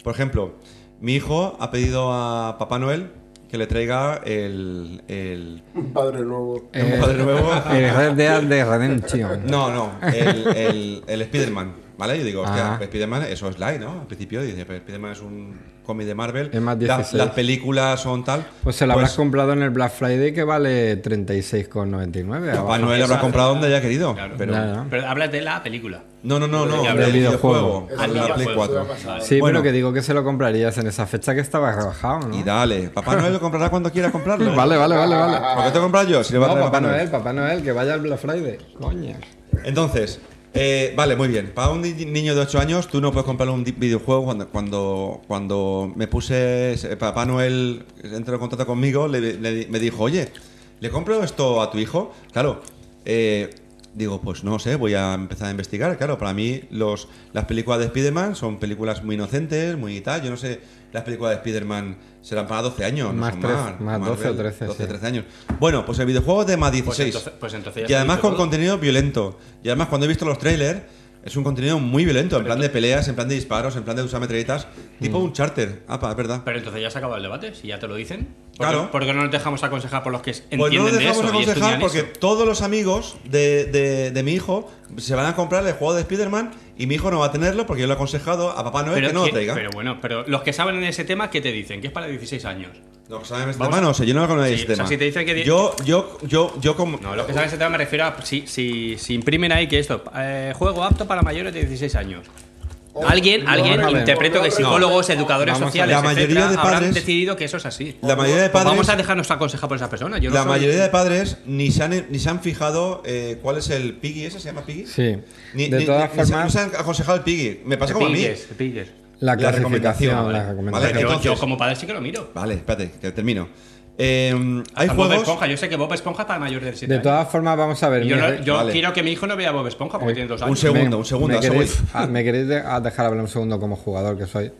C: Por ejemplo, mi hijo ha pedido a Papá Noel que le traiga el... el
A: un padre nuevo.
C: un padre nuevo.
B: El Red Dead de Redemption.
C: No, no, el, el, el Spider-Man, ¿vale? Yo digo, hostia,
B: Ah.
C: Spider-Man, eso es light, ¿no? Al principio dice, pero Spider-Man es un cómic de Marvel.
B: Es más
C: la-
B: 16.
C: las películas son tal.
B: Pues se lo habrás
C: Pues,
B: comprado en el Black Friday que vale 36,99.
C: Papá
B: abajo.
C: Noel habrá comprado donde haya querido.
D: Claro.
C: Pues Pero...
B: Nada, ¿no?
D: Pero hablas de la película.
C: No, no, no, no.
D: Del
C: del
B: videojuego.
A: Es
C: A
A: un
C: la
A: videojuego,
C: Play
A: es una
C: 4.
A: pasada.
B: Sí,
C: Bueno.
B: pero que digo que se lo comprarías en esa fecha que estaba rebajado, ¿no?
C: Y dale, Papá Noel lo comprará cuando quiera comprarlo.
B: Vale, vale, vale, vale.
C: ¿Por qué te compras yo? Si le va a
B: No,
C: traer
B: Papá Noel, Papá Noel, que vaya al Black Friday. Coño.
C: Entonces, eh, vale, muy bien. Para un ni- niño de 8 años, tú no puedes comprarle un di- videojuego. Cuando, cuando, cuando me puse, eh, Papá Noel entró en contacto conmigo, le- le- me dijo, oye, ¿le compro esto a tu hijo? Claro, eh, digo, pues no sé, voy a empezar a investigar. Claro, para mí los, las películas de Spider-Man son películas muy inocentes, muy tal. Yo no sé, las películas de Spider-Man serán para 12 años, no
B: Más
C: son
B: trece-
C: más,
B: más 12 o 13,
C: 12
B: sí.
C: 13 años. Bueno, pues el videojuego es de más 16.
D: Pues entonces- pues entonces ya
C: y
D: se
C: además
D: hizo
C: con
D: todo.
C: contenido violento. Y además cuando he visto los trailers, es un contenido muy violento, en plan de peleas, en plan de disparos, en plan de usar metralletas, tipo un charter. Ah, pa, es verdad.
D: Mm. Pero entonces ya se acaba el debate, si ya te lo dicen. ¿Por
C: Claro.
D: qué- ¿Por qué no nos dejamos aconsejar por los que entienden
C: Pues no nos
D: de
C: dejamos
D: eso y
C: aconsejar
D: estudian
C: porque
D: eso?
C: todos los amigos de, de- de mi hijo se van a comprar el juego de Spider-Man y mi hijo no va a tenerlo porque yo le he aconsejado a papá Noel
D: Pero,
C: que no lo
D: que-
C: traiga.
D: pero bueno, pero los que saben en ese tema, ¿qué te dicen? Que es para 16 años.
C: No, saben este
D: Vamos
C: tema, no sé, yo no lo conozco
D: Sí,
C: este
D: o sea,
C: tema.
D: si te dicen que di-
C: Yo, yo, yo, yo como...
D: No, los que saben ese tema me refiero a si, si, si imprimen ahí que esto, eh, juego apto para mayores de 16 años.
C: Oh,
D: Alguien,
A: no,
D: alguien,
A: no, no,
D: interpreto
A: no,
D: que
A: no.
D: psicólogos, educadores
B: Vamos a
D: sociales,
C: ver. La mayoría
D: etcétera,
C: de
D: habrán
C: padres-
D: decidido que eso es así.
C: La mayoría de
D: Pues vamos
C: padres-
D: a dejarnos aconsejar por esas personas. Yo no
C: La
D: soy-
C: mayoría de padres ni se han, ni se han fijado eh, cuál es el Piggy, ¿ese se llama Piggy?
B: Sí.
C: Ni,
B: de
C: ni-
B: todas
C: ni se-
B: formas,
C: no se han aconsejado el Piggy. Me pasa como a mí.
D: Pilles, pilles.
B: la
C: la recomendación,
B: clasificación,
C: vale.
B: la
C: Vale,
D: Yo-
B: recomendación.
C: que- entonces-
D: yo como padre sí que lo miro.
C: Vale, espérate, que termino. Eh, hay
D: Hasta Bob
C: juegos.
D: Esponja, yo sé que Bob Esponja es para mayores de 7
B: De todas Eh, formas, vamos a ver.
D: Yo,
B: mira,
D: no- yo
C: Vale.
D: quiero que mi hijo no vea Bob Esponja porque tiene dos años.
C: Un segundo, un
B: ¿Me
C: segundo. a eso voy.
B: queréis, ah, ¿me queréis de- ah, dejar hablar un segundo como jugador que soy?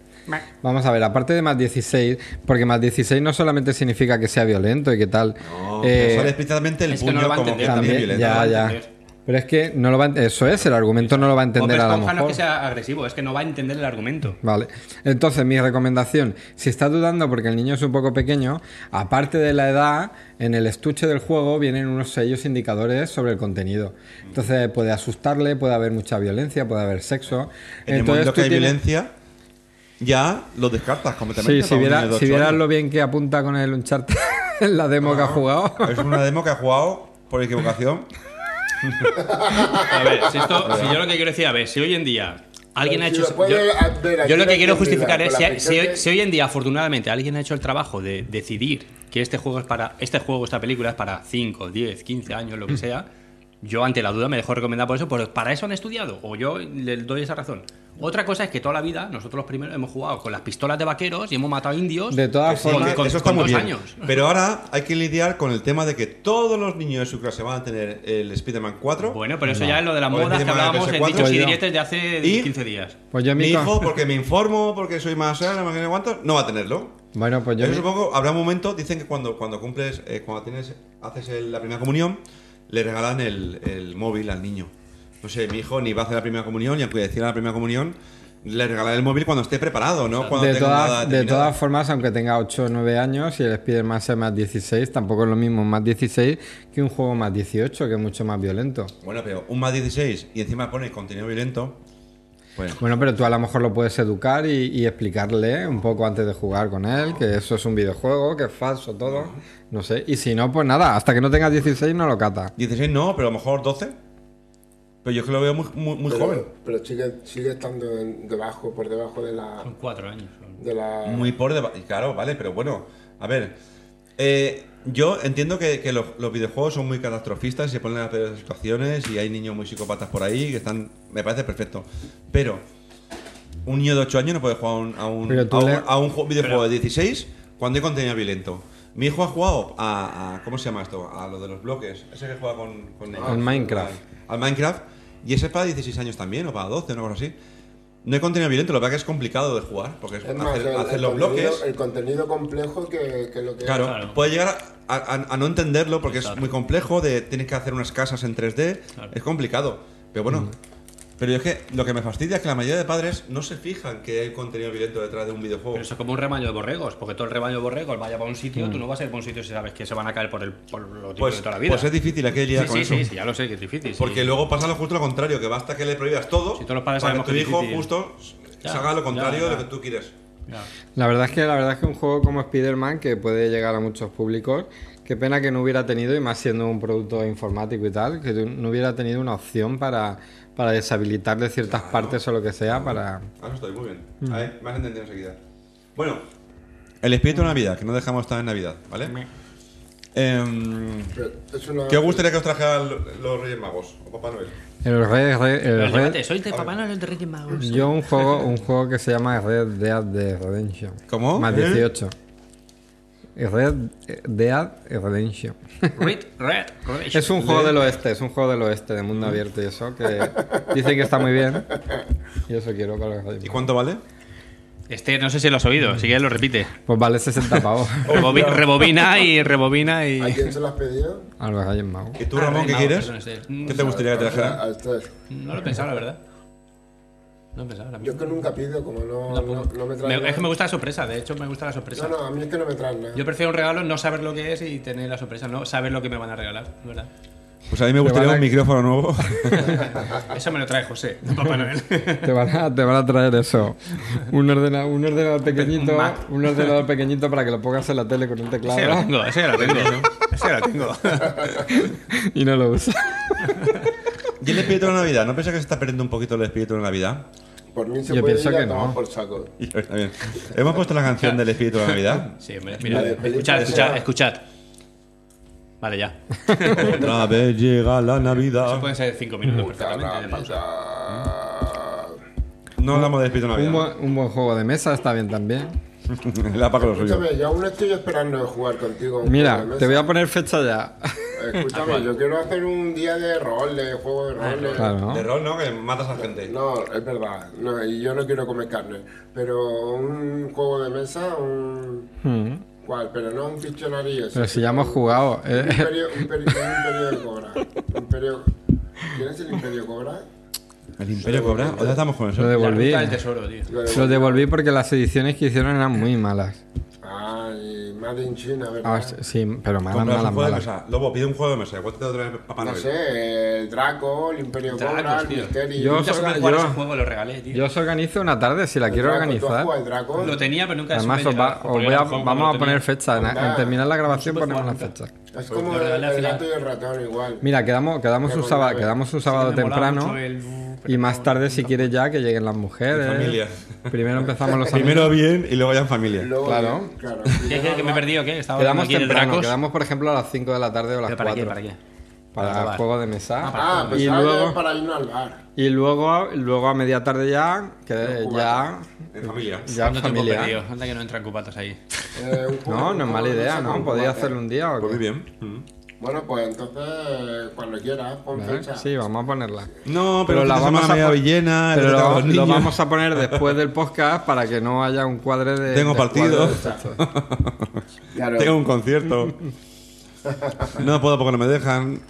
B: Vamos a ver, aparte de más 16, porque más 16 no solamente significa que sea violento y que tal.
C: No,
B: eh,
C: pero sale explícitamente el
D: es que no
C: puño
D: lo va a
C: como que
D: entender.
C: también
B: también,
C: violento.
B: ya,
D: no lo va a
B: ya.
D: entender.
B: Pero es que no lo va a ent- eso es, el argumento no lo va a
D: Bob
B: entender a lo
D: Esponja no es
B: mejor.
D: que sea agresivo, es que no va a entender el argumento.
B: Vale. Entonces, mi recomendación, si estás dudando porque el niño es un poco pequeño, aparte de la edad, en el estuche del juego vienen unos sellos indicadores sobre el contenido. Entonces, puede asustarle, puede haber mucha violencia, puede haber sexo.
C: En el
B: Entonces,
C: momento
B: tú
C: que hay pues
B: tienes-
C: vierencia, ya lo descartas completamente.
B: Sí, si,
C: para un
B: viera-
C: niño de
B: si
C: ocho
B: vieras
C: años.
B: lo bien que apunta con el Uncharted en la demo que ha jugado.
C: Es una demo que ha jugado por equivocación.
B: Ah,
D: A ver, si, esto, si yo lo que quiero decir, a ver, si hoy en día alguien ha
A: Si
D: hecho.
A: lo puede ver
D: Yo,
A: aquí
D: yo lo que
A: la
D: quiero
A: comunidad,
D: justificar es
A: con
D: si,
A: la
D: si hoy-
A: presión que-
D: si hoy en día, afortunadamente, alguien ha hecho el trabajo de decidir que este juego es para. Este juego, esta película es para 5, 10, 15 años,
A: Mm.
D: lo que sea. Yo, ante la duda, me dejo recomendar por eso, porque para eso han estudiado, o yo le doy esa razón. Otra cosa es que toda la vida, nosotros primero hemos jugado con las pistolas de vaqueros y hemos matado indios.
B: De todas
D: con-
B: formas-
C: Porque
D: con-
C: eso está
D: con
C: muy
D: dos
C: bien.
D: años.
C: Pero ahora hay que lidiar con el tema de que todos los niños de su clase van a tener el Spider-Man 4.
D: Bueno, pero eso ya es lo de las
C: O el
D: modas que
C: Spider-Man
D: hablábamos en
C: PS4.
D: dichos y
B: Pues yo-
D: diretes de hace
C: ¿Y?
D: 15 días.
B: Pues yo en mi
C: mi
B: ca-
C: hijo, porque me informo, porque soy más sano, más que no aguanto, no va a tenerlo.
B: Bueno, pues yo.
C: Yo
B: en mi-
C: supongo, habrá un momento, dicen que cuando, cuando cumples, eh, cuando tienes, haces el- la primera comunión, le regalan el, el móvil al niño. No sé, mi hijo ni va a hacer la primera comunión, ni aunque decida la primera comunión, le regalan el móvil cuando esté preparado, ¿no? Cuando
B: De
C: tenga
B: todas,
C: nada
B: de
C: determinado.
B: todas formas, aunque tenga 8 o 9 años y el Spider-Man sea más 16, tampoco es lo mismo un más 16 que un juego más 18, que es mucho más violento.
C: Bueno, pero un más 16 y encima pone contenido violento. pues, Bueno,
B: Bueno, pero tú a lo mejor lo puedes educar y, y explicarle un poco antes de jugar con él, que eso es un videojuego, que es falso todo, no sé. Y si no, pues nada, hasta que no tengas 16 no lo cata.
C: 16 no, pero a lo mejor 12. Pero yo es que lo veo muy, muy, muy
A: pero,
C: joven.
A: Pero sigue, sigue estando en- debajo, por debajo de la.
D: Son cuatro años.
A: De la
C: Muy por debajo. Claro, vale, pero bueno, a ver. eh, yo entiendo que, que los, los videojuegos son muy catastrofistas y se ponen a peores situaciones y hay niños muy psicópatas por ahí que están. Me parece perfecto. Pero un niño de 8 años no puede jugar a un, a un,
B: Pero tú
C: a un-
B: le-
C: a un ju- videojuego de 16 cuando hay contenido violento. Mi hijo ha jugado a, a- ¿Cómo se llama esto? A lo de los bloques. Ese que juega con. con
B: Al Minecraft.
C: Al Minecraft. Y ese es para 16 años también, o para 12, una cosa así. No hay contenido violento, lo que pasa es que es complicado de jugar, porque es,
A: es más,
C: hacer,
A: el,
C: hacer
A: el
C: los
A: contenido-
C: bloques.
A: El contenido complejo que, que lo que.
C: Claro,
D: Claro.
C: puede llegar a, a- a no entenderlo porque es
D: Exacto.
C: muy complejo, de, tienes que hacer unas casas en 3D,
D: Claro.
C: es complicado. Pero bueno, pero yo es que lo que me fastidia es que la mayoría de padres no se fijan que hay contenido violento detrás de un videojuego.
D: Pero eso es como un rebaño de borregos, porque todo el rebaño de borregos vaya para un sitio, tú no vas a ir para un sitio si sabes que se van a caer por, el, por lo típico
C: Mm. pues,
D: de toda la vida.
C: pues es difícil hay que lidiar
D: sí,
C: con
D: sí,
C: eso.
D: sí, sí, ya lo sé, que es difícil. sí.
C: Porque luego pasa lo justo lo contrario, que basta que le prohíbas todo
D: Si todos los padres
C: para que
D: sabemos
C: tu
D: que es
C: hijo
D: difícil.
C: justo
D: Ya,
C: se haga lo
D: ya,
C: contrario de
D: ya.
C: lo que tú quieres.
D: Ya.
B: La verdad es que la verdad es que un juego como Spider-Man que puede llegar a muchos públicos, qué pena que no hubiera tenido, y más siendo un producto informático y tal, que tu- no hubiera tenido una opción para, para deshabilitar de ciertas partes o lo que sea para...
C: Ahora Ah, estoy muy bien. A ver, me has entendido enseguida. Bueno, el espíritu de Navidad, que no dejamos estar en Navidad, ¿vale? Em,
A: Pero es una-
C: ¿Qué os gustaría que os trajeran los Reyes Magos o Papá Noel?
B: El Red, Red- el
D: Pero
B: Red-
D: llévate, soy de Papá Noel de Reyes Magos.
B: yo un juego, un juego que se llama Red Dead de Redemption.
C: ¿Cómo?
B: Más
C: ¿Eh?
B: 18. Red Dead Redemption.
D: Red, red, red.
B: Es un juego del oeste, es un juego del oeste, de mundo abierto y eso, que dicen que está muy bien. Y eso quiero para los Reyes
C: ¿Y
B: Magos.
C: cuánto vale?
D: Este, no sé si lo has oído, si quieres lo repite.
B: Pues vale 60 pavos
C: Oh,
D: Rebobi- rebobina y rebobina y.
A: ¿A quién se lo has pedido?
B: a los Reyes Magos.
C: ¿Y tú,
D: Ah,
C: Ramón,
D: Reyes
C: qué
D: Magos,
C: quieres?
D: perdón, este. Mm,
C: ¿Qué te gustaría que
A: A,
C: trajeran?
A: a ustedes.
D: No lo he pensado, la verdad. No lo he pensado.
A: Yo
D: la
A: es
D: verdad.
A: que nunca pido, como no, no,
D: Tampoco.
A: no me
D: pues, Me-
A: traen.
D: es que me gusta la sorpresa, de hecho me gusta la sorpresa.
A: No, no, a mí es que no me traen nada.
D: Yo prefiero un regalo, no saber lo que es y tener la sorpresa, no saber lo que me van a regalar, ¿verdad?
C: Pues a mí me gustaría
B: van a-
C: un micrófono nuevo.
D: Eso me lo trae José, de Papá Noel.
B: Te van a, te van a traer eso. Un ordenador, un ordenador pequeñito,
D: un Mac.
B: un ordenador pequeñito para que lo pongas en la tele con un
D: Ese ya lo
B: teclado
D: tengo, ese ya lo tengo. Ese ya lo tengo.
B: y no lo usas.
C: ¿Y el espíritu de Navidad? ¿No piensas que se está perdiendo un poquito el espíritu de Navidad?
A: Por mí se
B: Yo
A: puede
B: pienso
A: ir a
B: que
A: tomar
B: no.
A: por saco.
C: Y yo también. Hemos puesto la canción del espíritu de Navidad.
D: Sí, hombre, mira,
A: Vale,
D: escuchad,
A: película
D: escuchad,
A: sea-
D: escuchad. Vale, ya.
B: Ah.
C: Otra vez llega la Navidad.
D: Pueden ser cinco minutos perfectamente de pausa.
A: pausa.
C: No hablamos del espíritu de
B: Un,
C: Navidad.
B: buen- un buen juego de mesa está bien también.
C: Le apago lo suyo.
A: Escúchame, yo aún estoy esperando jugar contigo. un
B: Mira,
A: juego de
B: te voy
A: mesa.
B: a poner fecha ya.
A: Escúchame, yo quiero hacer un día de rol, de juego de rol. de-
B: Claro.
C: De rol, ¿no? Que matas a gente.
A: No, es verdad. No, y yo no quiero comer carne. Pero un juego de mesa, un. ¿Cuál? Pero no un diccionario.
B: Hmm. Pero si ya hemos jugado.
A: Un
B: eh.
A: imperio, un imperio, un imperio de cobra. Imperio... ¿Quieres el imperio cobra?
C: ¿El Imperio Cobra? ¿O ya estamos con
B: Lo
C: eso?
D: La
B: devolví.
D: ruta del tesoro, tío.
A: Lo de-
B: Lo devolví porque las ediciones que hicieron eran muy malas.
A: Ah, y Made in China, ¿verdad?
B: Ah, sí, pero malas,
C: Compras
B: malas,
C: un juego pues, de
B: malas.
C: mesa. Lobo, pide un juego de mesa. ¿Cuánto te otra vez Papá
A: no
C: Noel?
A: sé, el Draco, el imperio cobra,
D: Dracos,
A: el
D: tío.
A: misterio.
B: Yo-
D: Nunca supe
B: yo-
D: jugar a ese juego, lo regalé, tío.
B: Yo os organizo una tarde si la
A: El
B: quiero
A: Draco, Pues ¿tú has
B: organizar.
A: jugado al Draco?
D: Lo tenía, pero nunca
B: Además,
D: supe
B: os va-
D: llegar,
B: os
D: porque
B: voy
D: era
B: a-
D: un juego que
B: vamos
D: lo
B: a poner
D: tenía.
B: fecha. En,
A: Onda.
B: en terminar la grabación
D: No se puede
B: ponemos la
D: jugar
B: fecha.
A: Es como
D: Pues,
A: el,
D: la verdad,
A: el
D: la-
A: gato y el ratón, igual.
B: Mira, quedamos, quedamos, un,
A: Pero
B: sábado,
A: bueno,
B: quedamos un
D: Sí,
B: sábado
D: me molaba
B: temprano
D: mucho el-
B: y más tarde, si quieres ya, que lleguen las mujeres.
C: En familia.
B: Primero empezamos los
C: Primero bien y luego ya en familia.
A: Luego-
B: claro.
A: claro.
D: ¿Qué, qué, que me he perdido? ¿Qué? Estaba
B: Quedamos
D: aquí en el
B: temprano,
D: Dracos.
B: quedamos por ejemplo a las 5 de la tarde o las
D: ¿Pero para qué?
B: 4.
D: ¿Para qué?
B: Para
D: Para jugar.
B: juego de mesa.
A: Ah,
B: y
A: pensaba que era
B: luego,
A: para irnos al bar.
B: y luego, luego a media tarde ya, que ya,
C: En familia.
B: ya en
D: ¿Cuánto tiempo he perdido?
B: familia.
D: Anda que no entran cupatas ahí.
A: Eh, un juego-
B: No,
A: un
B: no es
A: juego
B: mala
A: de
B: idea,
A: mesa
B: ¿no?
A: con
B: Podría
A: combate.
B: hacerlo un día o
C: Pues muy
B: qué.
C: bien. Mm.
A: Bueno, pues entonces, cuando quieras, pon
B: ¿Eh?
A: fecha.
B: Sí, vamos a ponerla.
C: No, pero,
B: Pero la vamos a
C: media
B: pon-
C: villena,
B: Pero
C: el otro
B: lo,
C: con los
B: lo
C: niños.
B: vamos a poner después del podcast para que no haya un cuadre de.
C: Tengo
B: de
C: partido.
B: cuadro. Exacto.
A: Claro.
C: Tengo un concierto. No puedo porque no me dejan.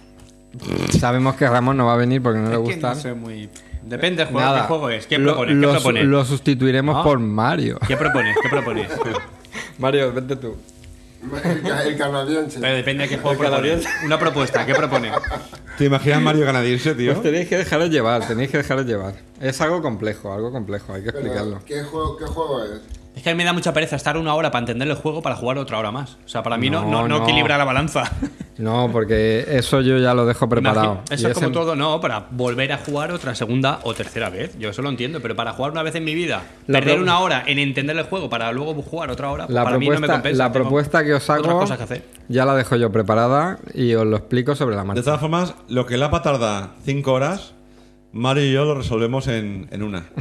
B: Sabemos que Ramón no va a venir porque no le
D: Es que
B: gustan.
D: no sé muy... Depende del juego,
B: Nada.
D: ¿qué juego es? ¿Qué
B: lo,
D: propones? ¿Qué
B: lo su-
D: propones?
B: lo sustituiremos
D: ¿No?
B: por Mario.
D: ¿Qué propones? ¿Qué propones?
B: Mario, vente tú.
A: El, ca- el canadiense.
D: Pero depende de qué juego propones. Una propuesta, ¿qué propones?
C: ¿Te imaginas Mario canadiense, tío?
B: Pues tenéis que dejaros llevar, tenéis que dejaros llevar. Es algo complejo, algo complejo, hay que
A: Pero,
B: explicarlo.
A: ¿qué, juego, ¿Qué juego es?
D: Es que a mí me da mucha pereza estar una hora para entender el juego para jugar otra hora más. O sea, para mí no,
B: No,
D: no, no
B: no.
D: equilibra la balanza.
B: No, porque eso yo ya lo dejo preparado.
D: Imagi- Eso
B: Y
D: es como
B: ese-
D: todo, no, para volver a jugar otra segunda o tercera vez. Yo eso lo entiendo, pero para jugar una vez en mi vida,
B: La
D: perder
B: pro-
D: una hora en entender el juego para luego jugar otra hora, pues
B: La
D: para
B: propuesta,
D: mí no me compensa.
B: la
D: Tengo
B: propuesta que os
D: otras
B: hago
D: cosas que hacer.
B: ya la dejo yo preparada y os lo explico sobre la
C: De
B: marcha.
C: todas formas, lo que Lapa tarda 5 horas, Mario y yo lo resolvemos en, en una.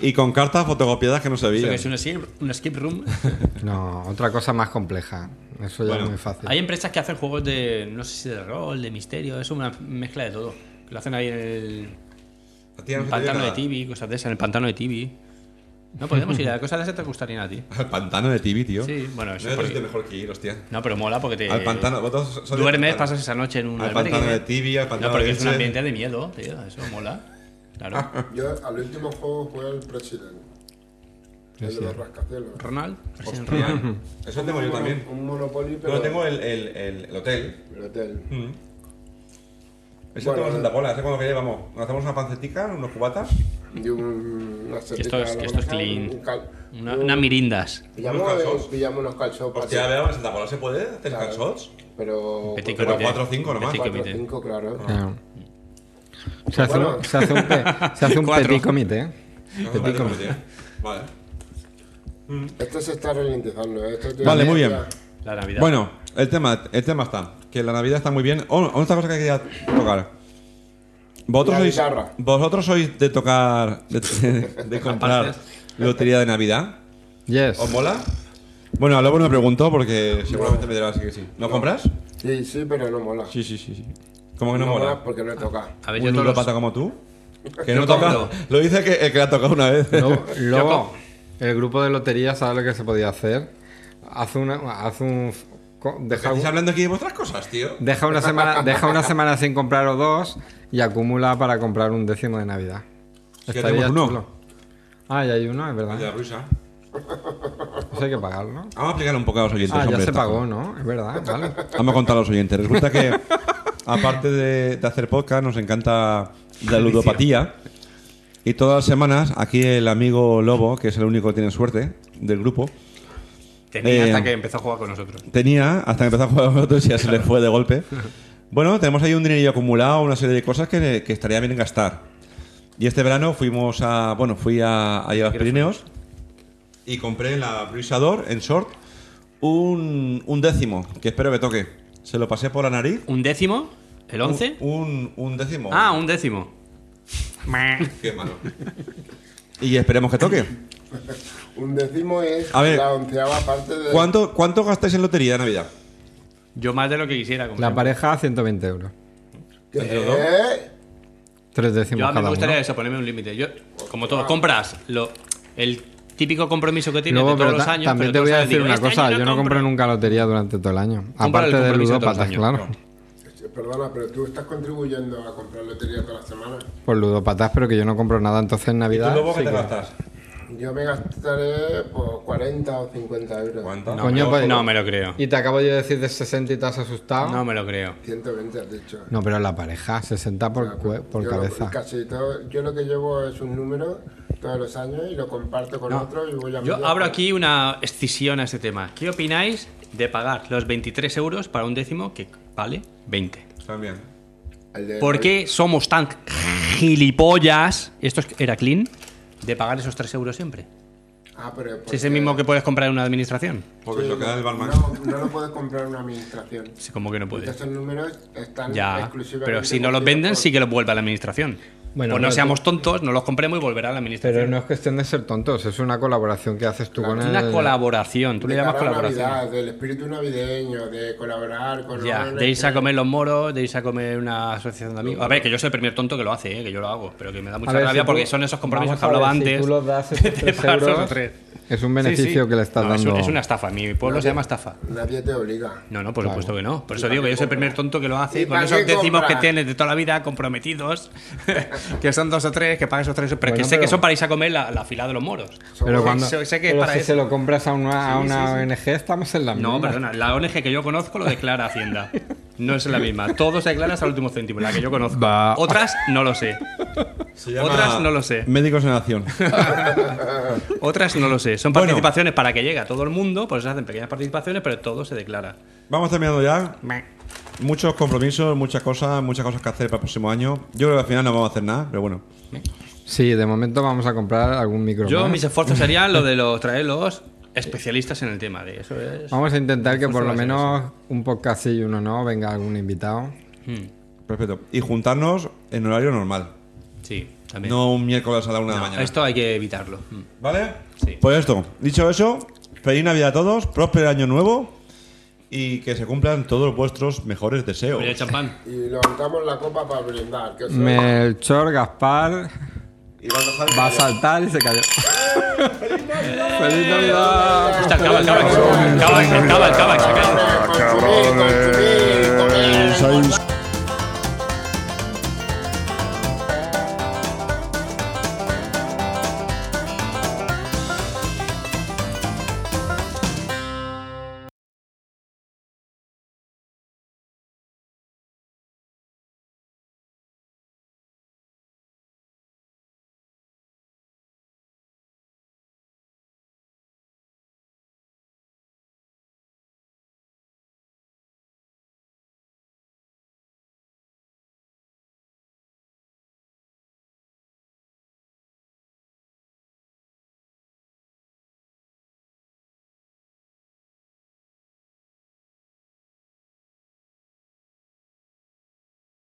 C: y con cartas fotocopiadas que no se
D: Eso que
C: veían.
D: es un skip, un skip room.
B: No, otra cosa más compleja. Eso ya
C: Bueno,
B: es muy fácil.
D: Hay empresas que hacen juegos de, no sé si de rol, de misterio, es una mezcla de todo. Lo hacen ahí en el
C: A ti no se te
D: pantano
C: llega
D: de
C: nada.
D: Tibi, cosas de esas, en el pantano de Tibi. No podemos ir a cosas de esas te gustarían a ti.
C: Al pantano de Tibi, tío.
D: Sí, bueno, eso
C: No
D: porque-
C: es mejor que ir, hostia.
D: No, pero mola porque te
C: Al pantano. vosotros sois del
D: duermes,
C: pantano.
D: pasas esa noche en un
C: Al
D: albergue.
C: pantano de Tibi, al
D: No,
C: pantano
D: porque
C: de
D: es un
C: Elche.
D: ambiente de miedo, tío, eso mola. Claro.
A: Yo al último juego jugué al President. El de los rascacielos.
D: Ronald, Resident
C: Hostia,
D: Ronald.
C: Eso tengo
A: Un
C: yo
A: mono-
C: también.
A: Un Monopoly, pero.
C: Yo tengo el, el, el, el hotel.
A: el hotel.
C: Ese
A: Bueno,
C: tengo
A: eh.
C: Santa Pola, ese cuando que vamos. Nos hacemos una pancetica, unos cubatas.
A: Y un, una
D: Esto es,
A: cerveza,
D: esto es
A: un
D: clean.
A: cal-
D: Una, una mirindas.
A: Pillamos,
C: Unos calzots.
A: pillamos unos calzots.
C: Hostia,
A: así,
C: veamos, en Santa Pola se puede hacer
A: Claro.
C: calzots.
A: Pero.
D: Petit
C: Pero
D: comité.
C: cuatro o cinco nomás.
D: Petit
A: cuatro,
D: comité. Ah.
A: cinco, claro.
B: Claro. Se hace,
A: Bueno.
B: un, se hace un pe- se hace un
D: Cuatro.
B: petit comité.
C: No,
B: Petit
C: vale,
B: comité.
C: pues, tío. Vale.
A: Esto se está ralentizando. ¿eh? esto tiene-
C: Vale, muy bien.
D: La Navidad.
C: Bueno, el tema, el tema está. Que la Navidad está muy bien. Oh, otra cosa que quería tocar. Vosotros
A: La
C: sois,
A: guitarra.
C: vosotros sois de tocar, de, de comprar lotería de Navidad.
B: Yes.
C: ¿Os mola? Bueno, a Lobo no pregunto porque seguramente me dirá así que sí. ¿No compras?
A: Sí, sí, pero no mola.
C: Sí, sí, sí. sí. ¿Cómo que no, mola?
A: porque no toca.
D: A ver,
C: ¿Un
D: yo todos los-
C: ludópata como tú? Que no
D: Yo
C: toca.
D: compro.
C: Lo dice que, el que la ha tocado una vez.
B: Luego, luego,
D: Yo
B: el grupo de lotería sabe lo que se podía hacer. Hace una, hace un, co- deja,
C: ¿Estáis
B: un-
C: hablando aquí de vuestras cosas, tío?
B: deja una semana, deja una semana sin comprar o dos y acumula para comprar un décimo de Navidad.
C: Es que
B: Estaría
C: tenemos uno.
B: chulo. Ah, ya hay uno, es
C: De la
B: verdad.
C: Ruisa.
B: Eso hay que pagarlo.
C: Vamos a explicar un poco a los oyentes.
B: Ah, ya
C: hombre,
B: se
C: esta
B: pagó, ¿no? Es verdad, vale.
C: Vamos a contar a los oyentes. Resulta que, aparte de, de hacer podcast, nos encanta la ludopatía. Y todas las semanas, aquí el amigo Lobo, que es el único que tiene suerte del grupo,
D: Tenía
C: Eh,
D: hasta que empezó a jugar con nosotros.
C: tenía, hasta que empezó a jugar con nosotros y ya se le fue de golpe. Bueno, tenemos ahí un dinerillo acumulado, una serie de cosas que, que estaría bien gastar. Y este verano fuimos a, bueno, fui a, ahí a los Pirineos y compré en la Brisador, en short, un, un décimo, que espero que toque. Se lo pasé por la nariz
D: ¿Un décimo? ¿El once?
C: Un, un décimo.
D: Ah, un décimo.
C: Qué malo. Y esperemos que toque.
A: Un décimo es
C: A ver,
A: la onceava parte de.
C: ¿Cuánto, cuánto gastáis en lotería de Navidad?
D: Yo más de lo que quisiera. como
B: La
D: siempre.
B: pareja, 120 euros.
A: ¿Qué?
C: entre los dos?
A: eh,
B: Tres décimos
D: Yo a mí
B: cada
D: me
B: uno.
D: gustaría eso, ponerme un límite. Yo, como todo, compras lo, el típico compromiso que tienes
B: Luego,
D: de todos
B: pero
D: los
B: ta-
D: años.
B: también
D: pero
B: te
D: tú
B: voy a
D: sabes,
B: decir
D: digo,
B: una
D: este
B: cosa,
D: año
B: yo no compro nunca lotería durante todo el año. Aparte
D: el
B: de
D: compromiso de todos
B: ludópatas,
D: los años,
B: claro.
A: Perdona, pero tú estás contribuyendo a comprar lotería toda la semana.
B: Por ludópatas, pero que yo no compro nada, entonces en
C: ¿Y tú
B: Navidad.
C: luego qué
B: sí
C: te
B: que-
C: gastas?
A: Yo me gastaré por 40 o 50 euros.
C: ¿Cuánto?
D: No,
B: Coño,
D: me
B: pues-
D: lo, no me lo creo.
B: Y te acabo yo de decir de 60 y te has asustado.
D: No
B: No,
D: me lo creo.
A: 120 has dicho.
B: pero la pareja, 60 por, cue- por
A: Yo lo-
B: cabeza.
A: casi todo- yo lo que llevo es un número todos los años y lo comparto con otro y voy a
D: Yo abro aquí una escisión a este tema. ¿Qué opináis de pagar los 23 euros para un décimo que vale 20?
C: También.
A: El de-
D: ¿Por qué somos tan gilipollas? Esto es- era clean. De pagar esos 3 euros siempre.
A: Ah, pero
D: Si
A: porque-
D: es el mismo que puedes comprar en una administración.
C: Porque
A: Sí,
C: Pues lo que da el barman.
A: No, no lo puedes comprar en una administración.
D: Sí, como que no
A: Porque
D: puedes.
A: Estos números están
D: Ya,
A: exclusivamente.
D: pero si no los
A: cogidos
D: venden,
A: por-
D: sí que los vuelve a la administración.
B: Bueno,
D: pues no
B: pero
D: seamos tontos, no los compremos y volverá a la
B: Pero
D: administración.
B: no es cuestión de ser tontos, es una colaboración que haces tú con
D: es
B: el.
D: una colaboración, tú
A: de
D: le llamas
A: cara a
D: colaboración.
A: Navidad, del espíritu navideño, de colaborar con.
D: Ya,
A: ONG.
D: de irse a comer los moros, de irse a comer una asociación de amigos. A ver, que yo soy el primer tonto que lo hace, eh, que yo lo hago, pero que me da
B: A
D: mucha
B: ver,
D: rabia
B: si tú-
D: porque son esos
B: vamos
D: compromisos que
B: a ver,
D: hablaba
B: si
D: antes.
B: tú los das esos
D: de
B: tres
D: pagar dos
B: euros,
D: o tres.
B: es un beneficio que le estás
D: No, es un-
B: dando.
D: Es, una estafa, mi pueblo se llama estafa.
A: Nadie te obliga.
D: No, no, por supuesto que no. Por eso digo que yo soy el primer tonto que lo
A: ¿Y
D: hace. Con
A: para
D: esos
A: qué
D: décimos que
A: compras?
D: tienes de toda la vida, comprometidos, que son dos o tres, que pagas esos tres, pero
B: Bueno,
D: que sé que
B: pero-
D: son para irse a comer la, la fila de los moros.
B: Pero
A: Somos-
B: cuando.
D: sé- sé que
B: pero
D: para
B: si
D: eso-
B: se lo compras a una, a una ONG, estamos en la misma.
D: No, perdona, la ONG que yo conozco lo declara Hacienda. No es la misma. Todo se declara hasta el último céntimo, la que yo conozco.
B: Va.
D: Otras no lo sé.
C: Se llama
D: Otras no lo sé.
C: Médicos en acción.
D: Otras no lo sé. Son
C: Bueno.
D: participaciones para que llegue a todo el mundo, pues se hacen pequeñas participaciones, pero todo se declara.
C: Vamos terminando ya.
D: Meh.
C: Muchos compromisos, muchas cosas, muchas cosas que hacer para el próximo año. Yo creo que al final no vamos a hacer nada, pero bueno.
B: Sí, de momento vamos a comprar algún micro.
D: Yo,
B: más.
D: mis esfuerzos serían lo de los traer los especialistas en el tema de eso. Es...
B: Vamos a intentar que por lo
D: Esfuerzo va a
B: menos un podcast sí y uno no venga algún invitado.
C: Perfecto. Y juntarnos en horario normal.
D: Sí, también.
C: No un miércoles a la una de la mañana.
D: Esto hay que evitarlo. Mm.
C: ¿Vale?
D: Sí.
C: Pues esto. Dicho eso, feliz Navidad a todos, próspero año nuevo y que se cumplan todos vuestros mejores deseos.
D: Oye, champán.
A: Y levantamos la copa para brindar. Que eso-
B: Melchor, Gaspar
C: Y vamos a dejar-
B: va a saltar y se cayó. ¡Feliz Navidad!
D: Está el Cava, el Cava, el Cava, el Cava, el Cava, el Cava.
A: Consumir, consumir, comer.
E: Cabrones.